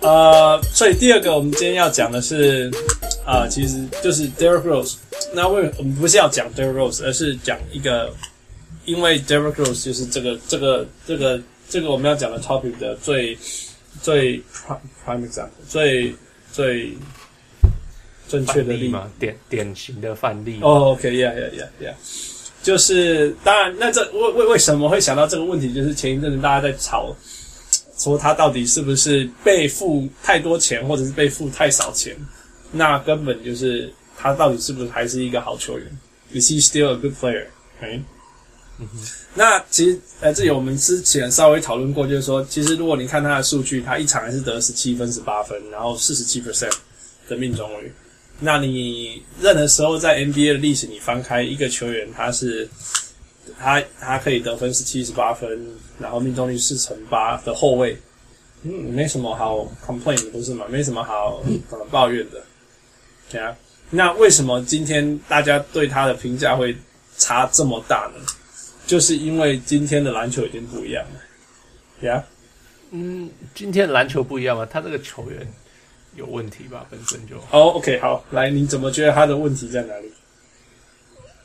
呃所以第二个我们今天要讲的是，啊、其实就是 Derrick Rose。那为我们不是要讲 Derrick Rose，而是讲一个，因为 Derrick Rose 就是这个这个这个这个我们要讲的 topic 的最最 prime prime example 最最正确的范例例嘛，典典型的范例。哦、o k y e a h yeah yeah yeah，就是当然，那这为为为什么会想到这个问题？就是前一阵子大家在吵，说他到底是不是被付太多钱，或者是被付太少钱？那根本就是他到底是不是还是一个好球员？Is he still a good player？哎、那其实呃，这里我们之前稍微讨论过，就是说，其实如果你看他的数据，他一场还是得十七分、十八分，然后四十七 percent 的命中率。那你任何时候在 NBA 的历史，你翻开一个球员，他是他他可以得分是七十八分，然后命中率四成八的后卫，嗯，没什么好 complain 的，不是吗？没什么好呃抱怨的，对啊。那为什么今天大家对他的评价会差这么大呢？就是因为今天的篮球已经不一样了，对啊。嗯，今天篮球不一样嘛，他这个球员有问题吧，本身就。哦、o k 好，来，你怎么觉得他的问题在哪里？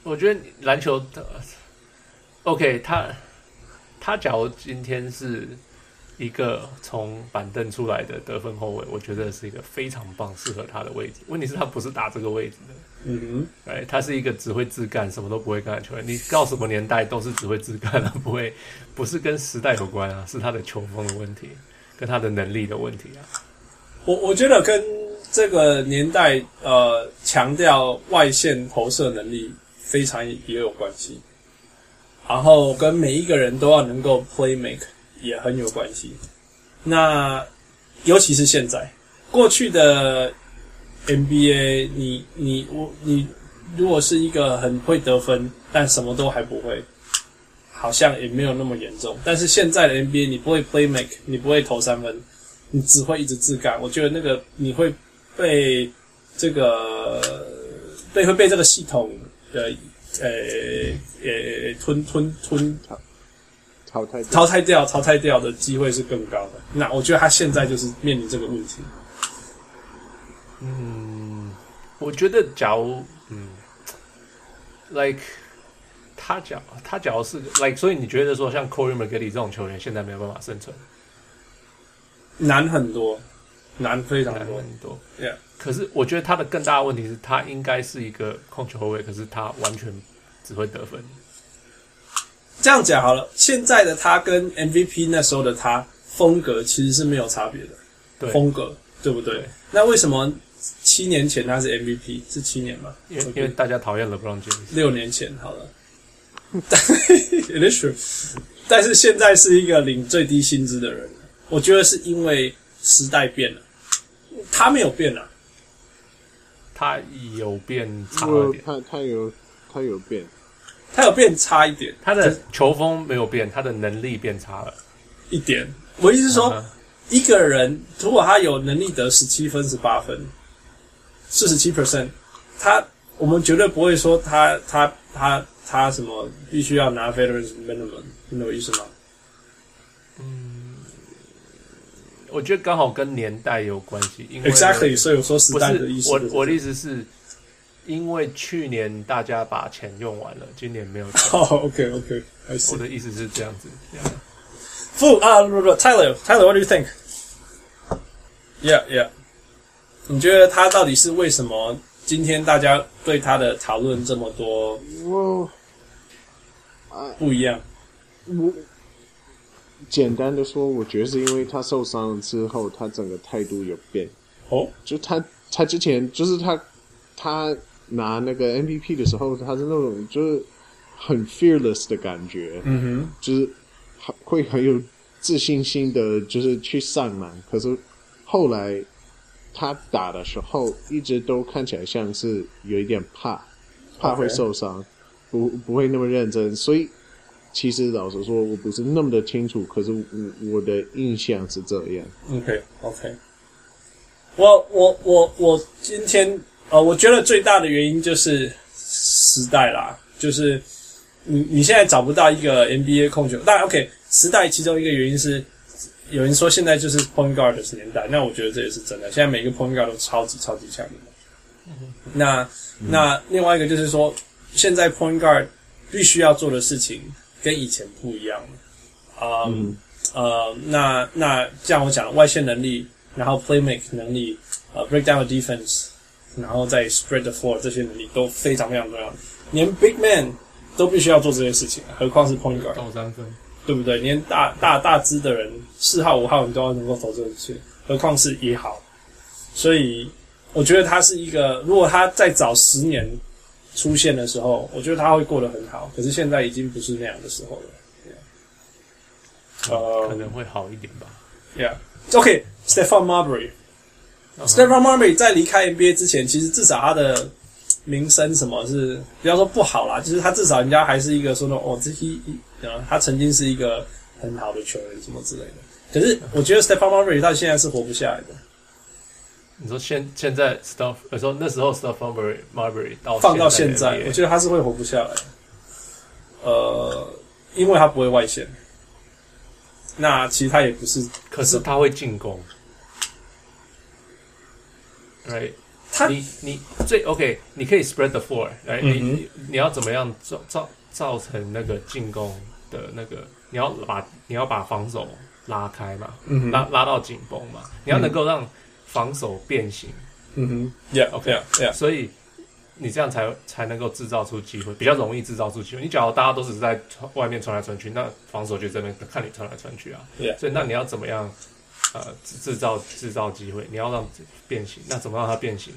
我觉得篮球的，OK，他他假如今天是一个从板凳出来的得分后卫，我觉得是一个非常棒适合他的位置。问题是，他不是打这个位置的，嗯哼。哎，他是一个只会自干、什么都不会干的球员。你到什么年代都是只会自干啊，不会不是跟时代有关啊，是他的球风的问题，跟他的能力的问题啊。我我觉得跟这个年代呃强调外线投射能力非常也有关系，然后跟每一个人都要能够 play make 也很有关系。那尤其是现在，过去的 NBA，你你我你如果是一个很会得分，但什么都还不会。好像也没有那么严重，但是现在的 NBA，你不会 play make，你不会投三分，你只会一直自干。我觉得那个你会被这个被会被这个系统呃呃呃吞吞吞淘汰掉淘汰掉淘汰掉的机会是更高的。那我觉得他现在就是面临这个问题。我觉得，假如嗯，like 他假他假如是 like，所以你觉得说像 Corey McGrady 这种球员现在没有办法生存，难很多，难非常难多。很多。 Yeah 可是我觉得他的更大的问题是他应该是一个控球后卫，可是他完全只会得分。这样讲好了，现在的他跟 MVP 那时候的他风格其实是没有差别的。对，风格，对不对对？那为什么七年前他是 MVP？是七年吗？因为因为大家讨厌 LeBron James，六年前好了。 但 it is true，但是现在是一个领最低薪资的人，我觉得是因为时代变了，他没有变啊。他有变差因了为点，他他有他有变，他有变差一点，他的球风没有变，他的能力变差了。一点。我意思是说，嗯一个人如果他有能力得十七分、十八分、四十七 percent，他我们绝对不会说他他他他什么必须要拿 veterans minimum，你懂我意思吗？我觉得刚好跟年代有关系，因为 Exactly，所以我说时不代的意是思。我我的意思是，因为去年大家把钱用完了，今年没有钱。哦、o k OK，I 我 see。的意思是这样子，不啊，不不，Tyler，Tyler，what do you think？Yeah，yeah。你觉得他到底是为什么今天大家对他的讨论这么多我不一样？我简单的说，我觉得是因为他受伤了之后，他整个态度有变。哦，就他他之前就是他他拿那个 MVP 的时候，他是那种就是很 fearless 的感觉，嗯就是很会很有自信心的，就是去上篮。可是后来他打的时候，一直都看起来像是有一点怕，怕会 OK 受伤不不会那么认真。所以其实老实说，我不是那么的清楚，可是我我的印象是这样。哼，OK，OK。我我我我今天呃，我觉得最大的原因就是时代啦，就是你你现在找不到一个 NBA 控球，但 OK，时代其中一个原因是有人说现在就是 point guard 的年代，那我觉得这也是真的。现在每个 point guard 都超级超级强的。那那另外一个就是说，现在 point guard 必须要做的事情跟以前不一样了。啊、呃，那那像我讲外线能力，然后 playmake 能力，呃，breakdown the defense，然后再 spread the floor 这些能力都非常非常重要。连 big man 都必须要做这些事情，何况是 point guard。投三分，对不对？连大大大只的人，四号五号你都要能够投进去，何况是一号。所以我觉得他是一个，如果他再早十年出现的时候，我觉得他会过得很好。可是现在已经不是那样的时候了。呃可能会好一点吧。 Yeah，OK，Stefan Marbury。Stefan Marbury 在离开 NBA 之前，其实至少他的名声什么是不要说不好啦，就是他至少人家还是一个说那种哦，这一啊，他曾经是一个很好的球员什么之类的。可是我觉得 Stefan Marbury 到现在是活不下来的，你说现现在 stuff，我说那时候 stuff Marbury Marbury 到放到现在，的我觉得他是会活不下来的。呃，因为他不会外线，那其实他也不是 NBA 可是他会进攻。Right，他你你最 OK，你可以 spread the floor，来、你嗯哼你你要怎么样造造造成那个进攻的那个，你要把你要把防守拉开嘛，嗯哼拉拉到紧绷嘛，你要能够让防守变形，嗯哼，Yeah OK Yeah，所以你这样才才能够制造出机会，比较容易制造出机会。你假如大家都只是在传外面传来传去，那防守就这边看你传来传去啊。 Yeah 所以那你要怎么样呃制制造制造机会？你要让变形，那怎么让它变形？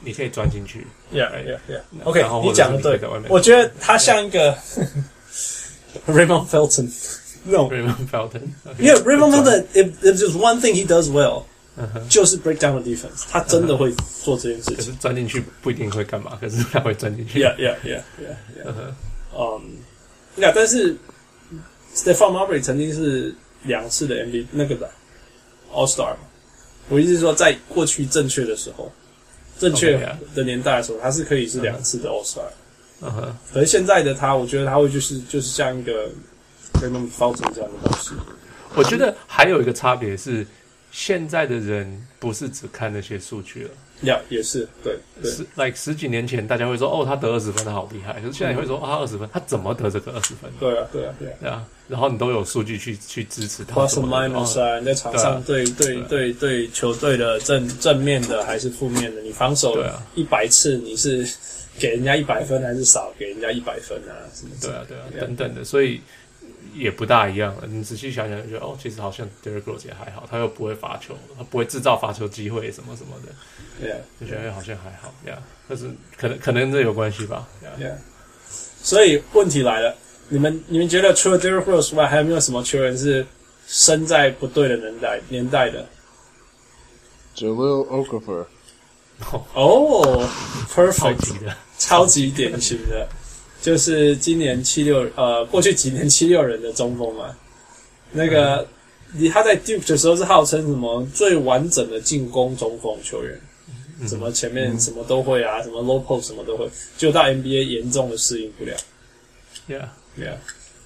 你可以钻进去， Yeah, yeah, yeah. 然 OK，然后你或者讲是的对你可以在外面，我觉得他像一个 Raymond Felton 那种， Raymond Felton，因为 Raymond Felton if if there's one thing he does well，嗯哼就是 break down the defense，他真的会做这件事可是情。钻进去不一定会干嘛，可是他会钻进去。 Yeah, yeah, yeah, yeah, 嗯哼 yeah. 嗯，那但是 Stephon Marbury 曾经是两次的 MVP 那个的 All Star 嘛。我意思是说，在过去正确的时候，正确 OK，yeah 的年代的时候，他是可以是两次的 All Star。嗯哼，可是现在的他，我觉得他会就是就是像一个 Raymond Felton 这样的东西。我觉得还有一个差别是，现在的人不是只看那些数据了。呀、也是，对对十 like 十几年前，大家会说哦，他得二十分，他好厉害。可是现在你会说哦，他二十分，他怎么得这个二十分？对啊对啊对啊。对啊，然后你都有数据去去支持他 Plus 怎 and 么哦得。 minus 啊，你在场上对对啊对对球队的正正面的还是负面的，你防守对啊一百次你是给人家一百分还是少给人家一百分啊？什么之对类的啊，对啊， Yeah 等等的，所以也不大一样了。你仔细想想，就觉得哦，其实好像 Derrick Rose 也还好，他又不会罚球，他不会制造罚球机会什么什么的，对啊。就觉得哎好像还好呀。但是可能可能这有关系吧。Yeah Yeah. 所以问题来了，你们你们觉得除了 Derrick Rose 外，还有没有什么球员是生在不对的年代年代的？ Jalil Okafor，哦、p e r f 超 e c t 级的，超级典型的，就是今年七六呃，过去几年七六人的中锋嘛，那个你他在 Duke 的时候是号称什么最完整的进攻中锋球员，嗯什么前面什么都会啊，什么 low post 什么都会，就到 NBA 严重的适应不了。 yeah。对啊，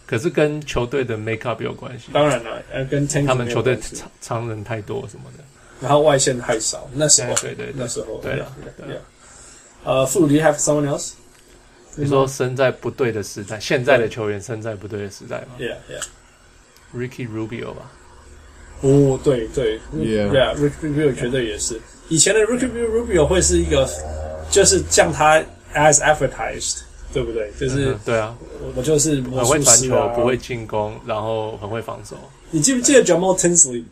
可是跟球队的 make up 有关系，当然了，呃，跟 Tank 他们球队没有关系常常人太多什么的。然后外线太少，那时候哎对对对那时候对了对对啊对。呃，副理 have someone else？你说生在不对的时代，现在的球员生在不对的时代吗，Yeah Yeah。 ？Ricky Rubio 吧，哦，对对 Yeah. 对啊，Ricky Rubio 绝对也是。以前的 Ricky Rubio 会是一个，就是像他 as advertised，对不对？就是嗯对啊，我我就是魔很会术传师球啊，，不会。进攻，然后很会防守。你记不记得 Jamal Tinsley？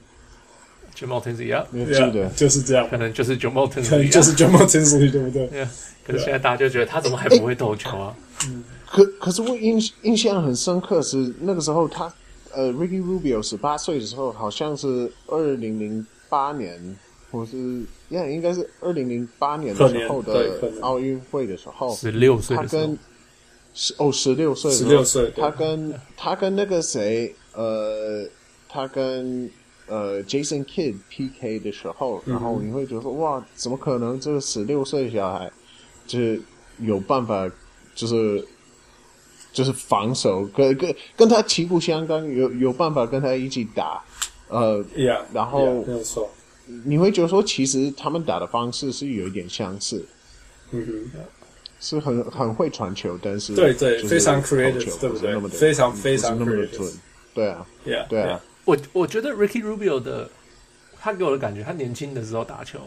Jamal Tinsley 啊，你对记啊得，？就是这样，可能就是 Jamal 可 Tinsley，能啊就是 Jamal Tinsley，对不对？ Yeah，可是现在大家就觉得他怎么还不会投球啊？哎可可是我印印象很深刻是那个时候他呃，Ricky Rubio 十八岁的时候，好像是二零零八年，或是呀，应该是二零零八年的时候可能对的可能奥运会的时候，十六岁他的时候跟十哦十六岁的时候， 16岁对他跟他跟那个谁呃，他跟呃 Jason Kidd PK 的时候，然后你会觉得说哇，怎么可能这个十六岁的小孩就是有办法就是。就是防守跟跟跟他旗鼓相当，有有办法跟他一起打，呃， ，Yeah，然后 yeah，没有错，你会觉得说，其实他们打的方式是有一点相似，嗯哼，是很很会传球，但是对对就是非常投 creative，球对不不是对那么的嗯非常不是非常那么的 creative 准，对啊， ，Yeah，对啊，我我觉得 Ricky Rubio 的，他给我的感觉，他年轻的时候打球，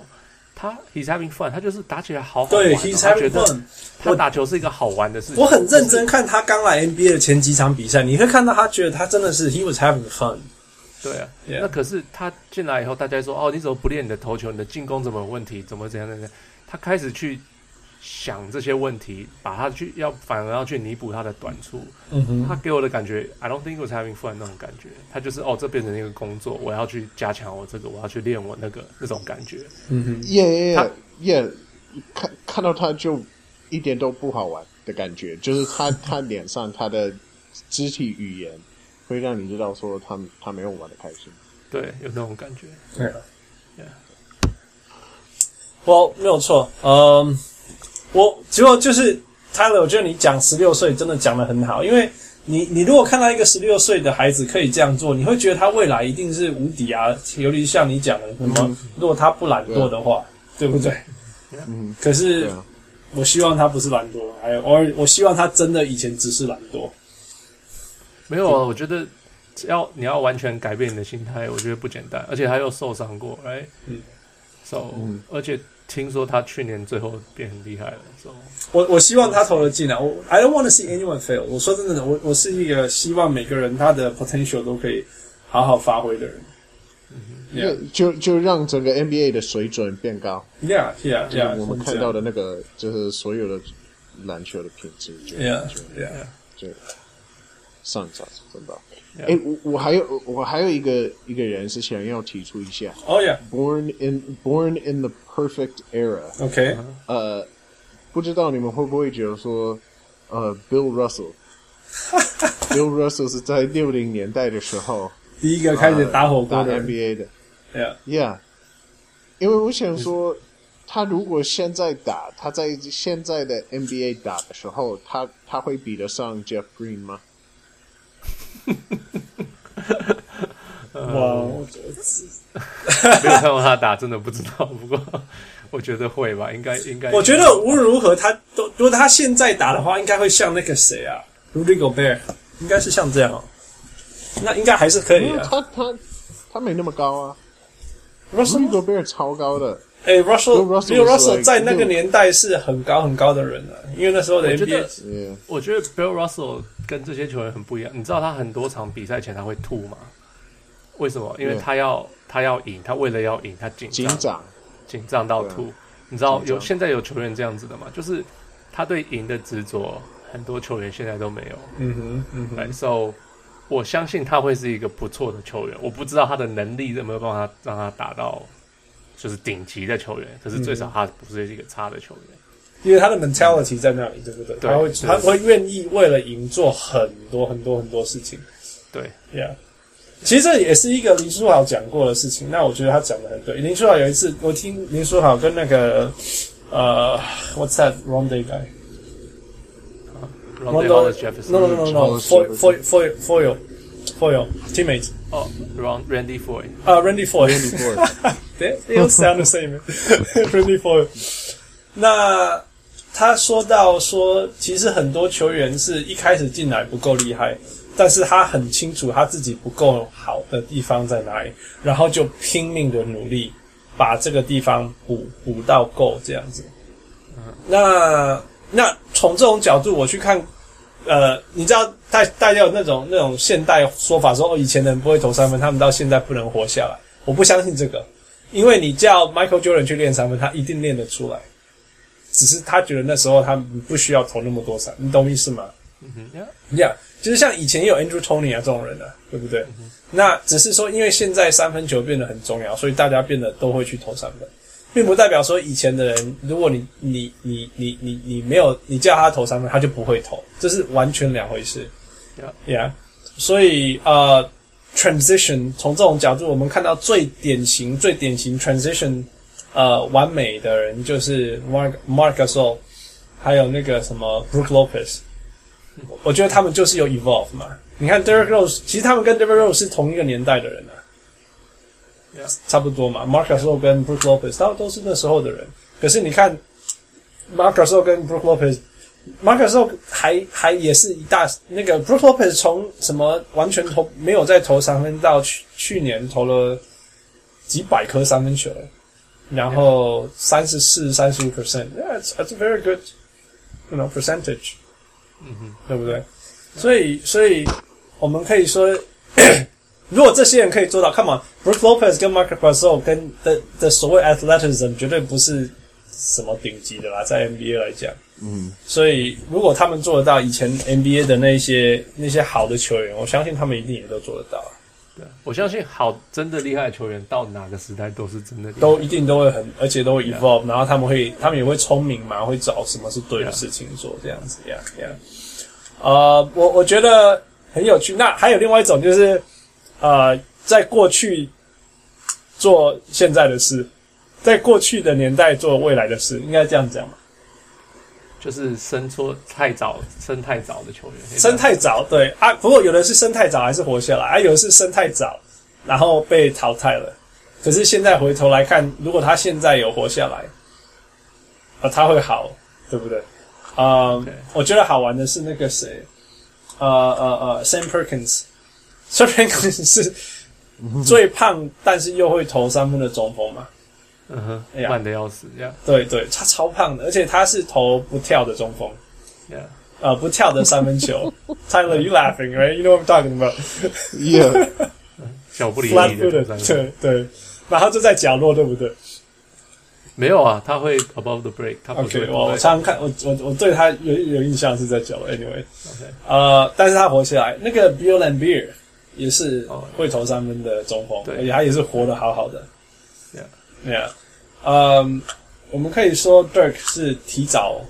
他 he's having fun，他就是打起来好好玩、对哦， ，He's 他觉 having 得 fun。他打球是一个好玩的事情。我很认真看他刚来 NBA 的前几场比赛，你会看到他觉得他真的是 He was having fun。对啊 Yeah 那可是他进来以后，大家说哦，你怎么不练你的投球，你的进攻怎么有问题，怎么怎样怎样？他开始去想这些问题，把他去要反而要去弥补他的短处。嗯哼，他给我的感觉，I don't think it was having fun 那种感觉，他就是哦，这变成一个工作，我要去加强我这个，我要去练我那个那种感觉。嗯哼，耶他耶耶，看看到他就一点都不好玩的感觉，就是他 他脸上他的肢体语言会让你知道说他他没有玩的开心。对，有那种感觉。对 Yeah.。 Well，没有错，嗯，我只有就是 Tyler，我觉得你讲十六岁真的讲的很好，因为你你如果看到一个十六岁的孩子可以这样做，你会觉得他未来一定是无敌啊，尤其是像你讲的什么，如果他不懒惰的话，对不对？嗯，可是对啊，我希望他不是懒惰，还有偶尔我希望他真的以前只是懒惰。没有啊，我觉得只要你要完全改变你的心态，我觉得不简单。而且他又受伤过，哎、嗯，so，嗯而且听说他去年最后变很厉害了，so， 我我希望他投得进来。我 I don't want to see anyone fail。我说真的，我我是一个希望每个人他的 potential 都可以好好发挥的人。Yeah, 嗯就就就让整个 NBA 的水准变高， yeah, yeah, 就是 yeah。我们看到的那个就是所有的篮球的品质就 Yeah, 就 yeah. 就上涨，真的。 Yeah 哎、我我还有我还有一个一个人是想要提出一下 Oh yeah. ，Born in Born in the Perfect Era， Okay. 呃，不知道你们会不会觉得说，呃，Bill Russell，Bill Russell 是在六零年代的时候第一个开始打火锅打的人 NBA 的 Yeah. ，Yeah，因为我想说，他如果现在打，他在现在的 NBA 打的时候，他他会比得上 Jeff Green 吗？嗯哇，我觉得没有看过他打，真的不知道。不过我觉得会吧，应该应该。我觉得无论如何，他都如果他现在打的话，应该会像那个谁啊，Rudy Gobert，应该是像这样哦。那应该还是可以因为啊。他他他没那么高啊 r u Russell d g o b e r 超高的，哎、r u s s e l Bill Russell l Bill was Russell like 在那个年代是很高很高的人了、因为那时候的我觉 NBA 得嗯，我觉得 Bill Russell 跟这些球员很不一样。你知道他很多场比赛前他会吐吗？为什么？因为对他要他要赢，他为了要赢，他紧警张。长，紧张到吐。你知道啊紧张有现在有球员这样子的吗？就是他对赢的执着，很多球员现在都没有。嗯哼，嗯哼，对，so 我相信他会是一个不错的球员。我不知道他的能力有没有办法让他打到就是顶级的球员，可是嗯最少他不是一个差的球员。因为他的 mentality 在那里，对不对？对他会是他会愿意为了赢做很多很多很多事情对， ，Yeah。其实这也是一个林书豪讲过的事情，那我觉得他讲的很对。林书豪有一次，我听林书豪跟那个呃，What's that wrong day guy？然后 No, 对方 no, 的 Oh, Jefferson， no, no, no, no. Charles Foy, Foy, Jefferson. Foy, Foyle, Foyle, teammates. 哦，然后 Randy Foy， Uh, Randy Foy. Randy Foy. they, they all sound the same. Randy Foy. 那他说到说，其实很多球员是一开始进来不够厉害，但是他很清楚他自己不够好的地方在哪里，然后就拼命的努力把这个地方补补到够这样子。那那从这种角度我去看，呃，你知道大大家有那种那种现代说法说哦，以前的人不会投三分，他们到现在不能活下来。我不相信这个，因为你叫 Michael Jordan 去练三分，他一定练得出来。只是他觉得那时候他不需要投那么多三，你懂意思吗嗯哼，yeah， ？Yeah，就是像以前也有 Andrew Tony 啊这种人啊，对不对？那只是说，因为现在三分球变得很重要，所以大家变得都会去投三分，并不代表说以前的人，如果你你你你你你没有你叫他投三分，他就不会投，这是完全两回事。Yeah，所以呃，transition 从这种角度，我们看到最典型、最典型 transition 呃完美的人就是 Mark Mark Gasol，还有那个什么 Brook Lopez，我我觉得他们就是有 evolve 嘛。你看 Derrick Rose，其实他们跟 Derrick Rose 是同一个年代的人啊。 Yeah 差不多嘛。Marcus o 跟 Brook Lopez，他们都是那时候的人。可是你看，Marcus o 跟 Brook Lopez，Marcus o 还还也是一大那个 Brook Lopez 从什么完全投没有再投三分到去去年投了几百颗三分球了，然后三十四、三十五 percent，that's that's a very good you know percentage，嗯哼，对不对？所以所以我们可以说。 如果这些人可以做到，Come on，Brook Lopez 跟 Marc g r a s o 跟的的所谓 athleticism 绝对不是什么顶级的啦，在 NBA 来讲，嗯，所以如果他们做得到以前 NBA 的那些那些好的球员，我相信他们一定也都做得到，对，我相信好真的厉害的球员到哪个时代都是真的厉害都一定都会很，而且都会 evolve，然后他们会他们也会聪明嘛，会找什么是对的 Yeah 事情做，这样子呀呀，呃，我我觉得很有趣。那还有另外一种就是，呃，在过去做现在的事，在过去的年代做未来的事，应该这样讲嘛？就是生错太早、生太早的球员，生太早，对啊。不过有的是生太早还是活下来，啊，有的是生太早，然后被淘汰了。可是现在回头来看，如果他现在有活下来，啊，他会好，对不对？啊、对我觉得好玩的是那个谁，呃呃呃，Sam Perkins，Sam Perkins 是最胖但是又会投三分的中锋嘛？嗯哼，哎呀慢的要死，这样对对，他超胖的，而且他是投不跳的中锋。这样，呃，不跳的三分球，Tyler, you laughing, right? You know what I'm talking about. 也、脚不理 flat 你 footed，的投三分，对对，然后就在角落，对不对没有啊，他会 above the break，他不？OK，是我我常常看，我我我对他有有印象是在角落，anyway， OK 呃，但是他活下来，那个 Bill and Beer 也是哦会投三分的中锋，对而且他也是活得好好的 Yeah ，Yeah，嗯，我们可以说 Dirk 是提早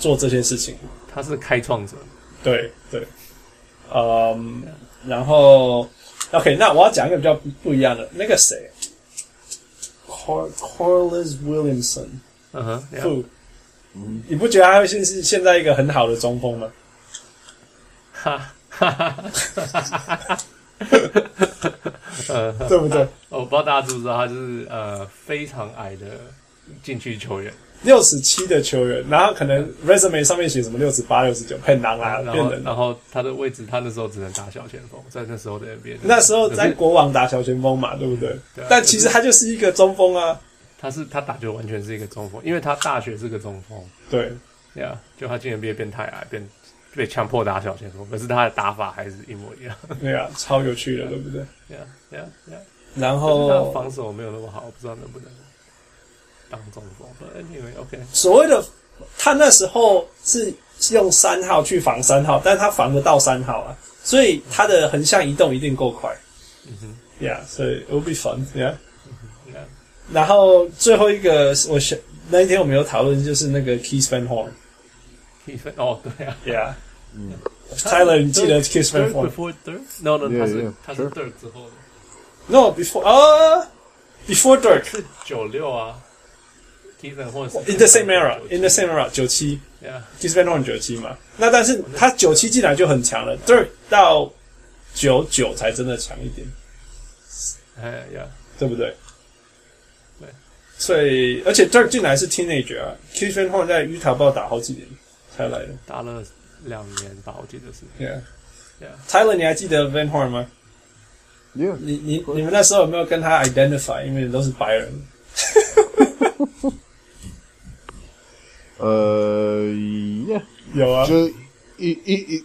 做这些事情。他是开创者，对对，嗯，然后 OK，那我要讲一个比较不不一样的，那个谁，Cor Corliss Williamson，嗯哼，这样不，你不觉得他会是是现在一个很好的中锋吗？哈哈哈哈哈哈，呃，对不对？我不知道大家知不知道，他就是呃非常矮的禁区球员，六十七的球员，然后可能 resume 上面写什么六十八、六十九，很难啊，然变后人然后他的位置，他那时候只能打小前锋，在那时候的 NBA，那时候在可是国王打小前锋嘛，对不对？对啊但其实他就是一个中锋啊，他是他打球完全是一个中锋，因为他大学是个中锋。对，对啊，就他今年毕业变太矮，变被强迫打小前锋，可是他的打法还是一模一样。 对啊，超有趣的，对不对？对啊，对啊，对啊。然可是他的后防守没有那么好，我不知道能不能当中锋。But anyway, OK，所谓的他那时候是用三号去防三号，但他防得到三号啊，所以他的横向移动一定够快。嗯哼， Yeah，所以 it'll be fun. Yeah。对啊，然后最后一个是我想那一天我们有讨论就是那个 Keith Van Horn。一分哦，对啊 Yeah。嗯 Tyler，你记得 Keith ，third Van Horn？ before third，no no， Yeah, 他是 yeah, 他是 sure. third 之后的， No before 啊、before Dirk 是九六啊，Kevin 或者 in the same era in the same era 九七 yeah Keith Van Horn 九七嘛。那但是他九七进来就很强了，Dirk 到九九才真的强一点。哎 yeah 对不对？对，所以而且 Dirk 进来是 teenager 啊 k i s h a n Horn 在utah 不知道打好几年才来的。打了两年吧，我记得是 Yeah。 yeah Tyler，你还记得 Van Horn 吗？也、你你你们那时候有没有跟他 identify？因为你都是白人。呃也有啊就一一一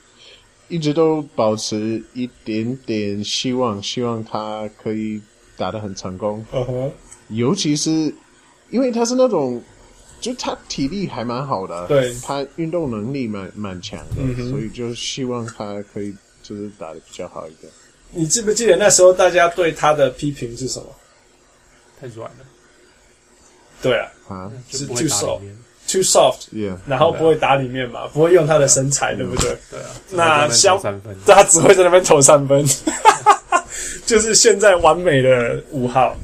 一直都保持一点点希望，希望他可以打得很成功。嗯哼，尤其是因为他是那种，就他体力还蛮好的，对他运动能力蛮蛮强的，嗯哼所以就希望他可以就是打得比较好一点。你记不记得那时候大家对他的批评是什么？太软了，对啊啊就不就会是打 so 里面， ，too soft， ，Yeah，然后不会打里面嘛，不会用他的身材，对不对？对啊，那只相能投三分。他只会在那边投三分， 就是现在完美的五号，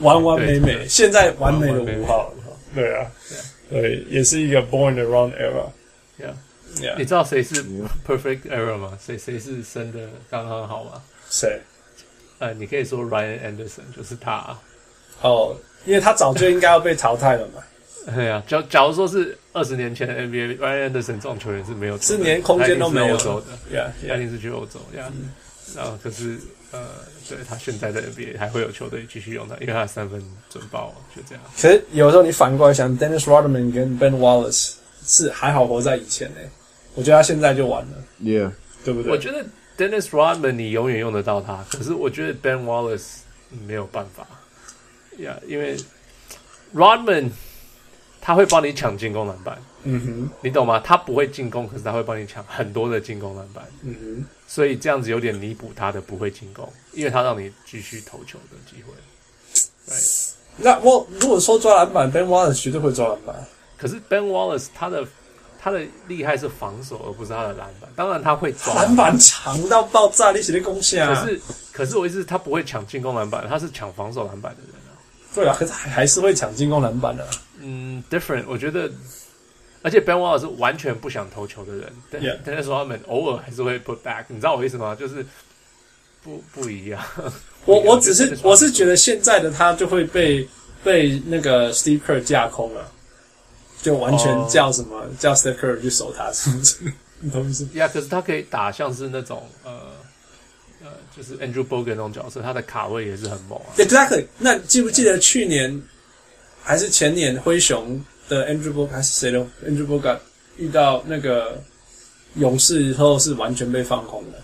完完美美，对现在完美的五好号，，对啊，对，也是一个 born around era。 Yeah. 你 Yeah，知道谁是 Yeah. perfect error 吗？谁谁是生的刚刚好吗谁呃，你可以说 Ryan Anderson 就是他。啊哦，因为他早就应该要被淘汰了嘛，对啊，假假如说是二十年前的 NBA Ryan Anderson 这种球员是没有球队，是连空间都没有啊嗯他一定是欧洲的，呀他呀一，定是去欧洲呀。然后可是呃，对他现在的 NBA 还会有球队继续用他，因为他的三分准爆，就这样。可是有时候你反过来想，Dennis Rodman 跟 Ben Wallace 是还好活在以前呢、我觉得他现在就完了， ，Yeah，对不对？我觉得 Dennis Rodman 你永远用得到他，可是我觉得 Ben Wallace 没有办法呀因为 Rodman 他会帮你抢进攻篮板，嗯哼，你懂吗？他不会进攻，可是他会帮你抢很多的进攻篮板，嗯哼，所以这样子有点弥补他的不会进攻，因为他让你继续投球的机会。Right. 那我如果说抓篮板，Ben Wallace 绝对会抓篮板，可是 Ben Wallace 他的他的厉害是防守，而不是他的篮板。当然他会抓篮板长到爆炸，你写的贡献可啊！是可是我一直他不会抢进攻篮板，他是抢防守篮板的人啊。对啊，可是还还是会抢进攻篮板的、啊。嗯，different，我觉得，而且 Ben Wallace 是完全不想投球的人，但 Yeah. 但是说他们偶尔还是会 put back，你知道我意思吗？就是不不一样。我我我只是我是觉得现在的他就会被被那个 Steve Kerr 架空了，就完全哦叫什么、叫 Steve Kerr 去守他，是不是？ 你懂意思吗？呀，可是他可以打像是那种呃呃，就是 Andrew Bogut 那种角色，他的卡位也是很猛啊。 Exactly。那记不记得去年还是前年灰熊的 Andrew Bogut 还是谁的 Andrew Bogut 遇到那个勇士以后是完全被放空的。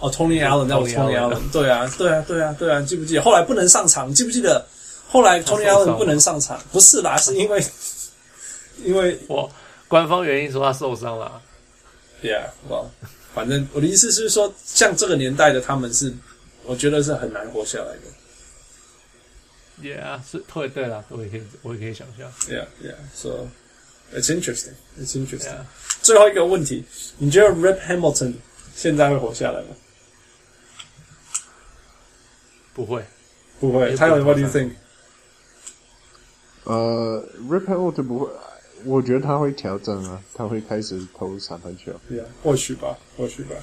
哦，Tony Allen，那我 Tony Tony Allen Allen，对啊，对啊，对啊，对啊，记不记得？后来不能上场，记不记得？后来 Tony 受伤 Allen 了不能上场，不是啦，是因 为因为我官方原因说他受伤了， Yeah，哇、反正我的意思是说，像这个年代的他们是，我觉得是很难活下来的。 yeah, 是对对了，我也可以我也可以想象 Yeah, yeah. So it's interesting. It's interesting.、 ，yeah. 最后一个问题，你觉得 Rip Hamilton 现在会活下来吗？不会，不会。也不会 t y l What do you think？呃，Rip Hamilton 不会，我觉得他会调整啊，他会开始投三分球。 Yeah，或许吧，或许吧。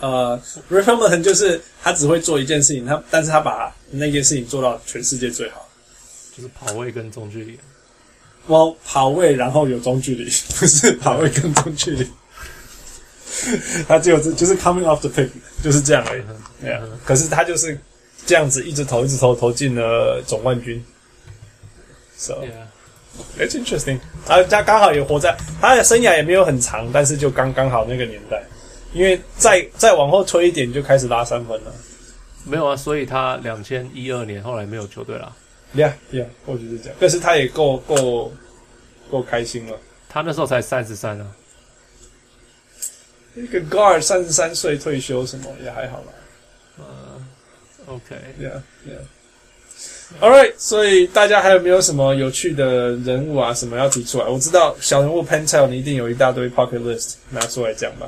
呃、r i p Hamilton 就是他只会做一件事情，他但是他把那件事情做到全世界最好。就是跑位跟中距离。我跑位，然后有中距离，不是跑位跟中距离。 他只有这就是 coming off the pick，就是这样而已。对啊，可是他就是这样子一直投，一直投，投进了总冠军。So Yeah. it's interesting。啊，他刚好也活在他的生涯也没有很长，但是就刚刚好那个年代，因为再再往后推一点就开始拉三分了。没有啊，所以他两千一二年后来没有球队啦。 Yeah, yeah，或许是这样。但是他也够够够开心了。他那时候才三十三啊，一个 guard 三十三岁退休，什么也还好啦。呃，OK， Yeah, yeah. All right，所以大家还有没有什么有趣的人物啊，什么要提出来？我知道小人物 Pentel，你一定有一大堆 pocket list 拿出来讲吧。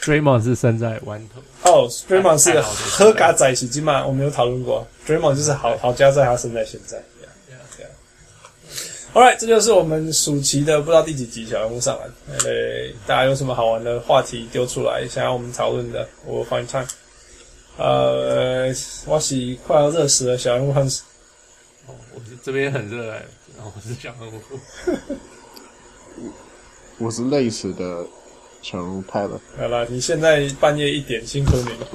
Draymond 是生在湾头，哦、d r a y m o n d 是太好了喝嘎仔喜金嘛，我们有讨论过。Draymond 就是好好加在他身在现在。Yeah, yeah. All right，这就是我们暑期的不知道第几集小人物上篮。呃，大家有什么好玩的话题丢出来，想要我们讨论的，我 find time。呃，我是快要热死了，小人物很哦，我是这边很热爱，然后我是讲很火，我是累死的小人物派了，好了，你现在半夜一点，辛苦你了。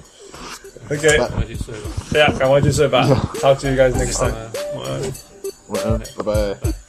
OK，我要去睡了。对啊，赶快去睡吧。Talk to you guys next time. 晚安晚安，拜拜。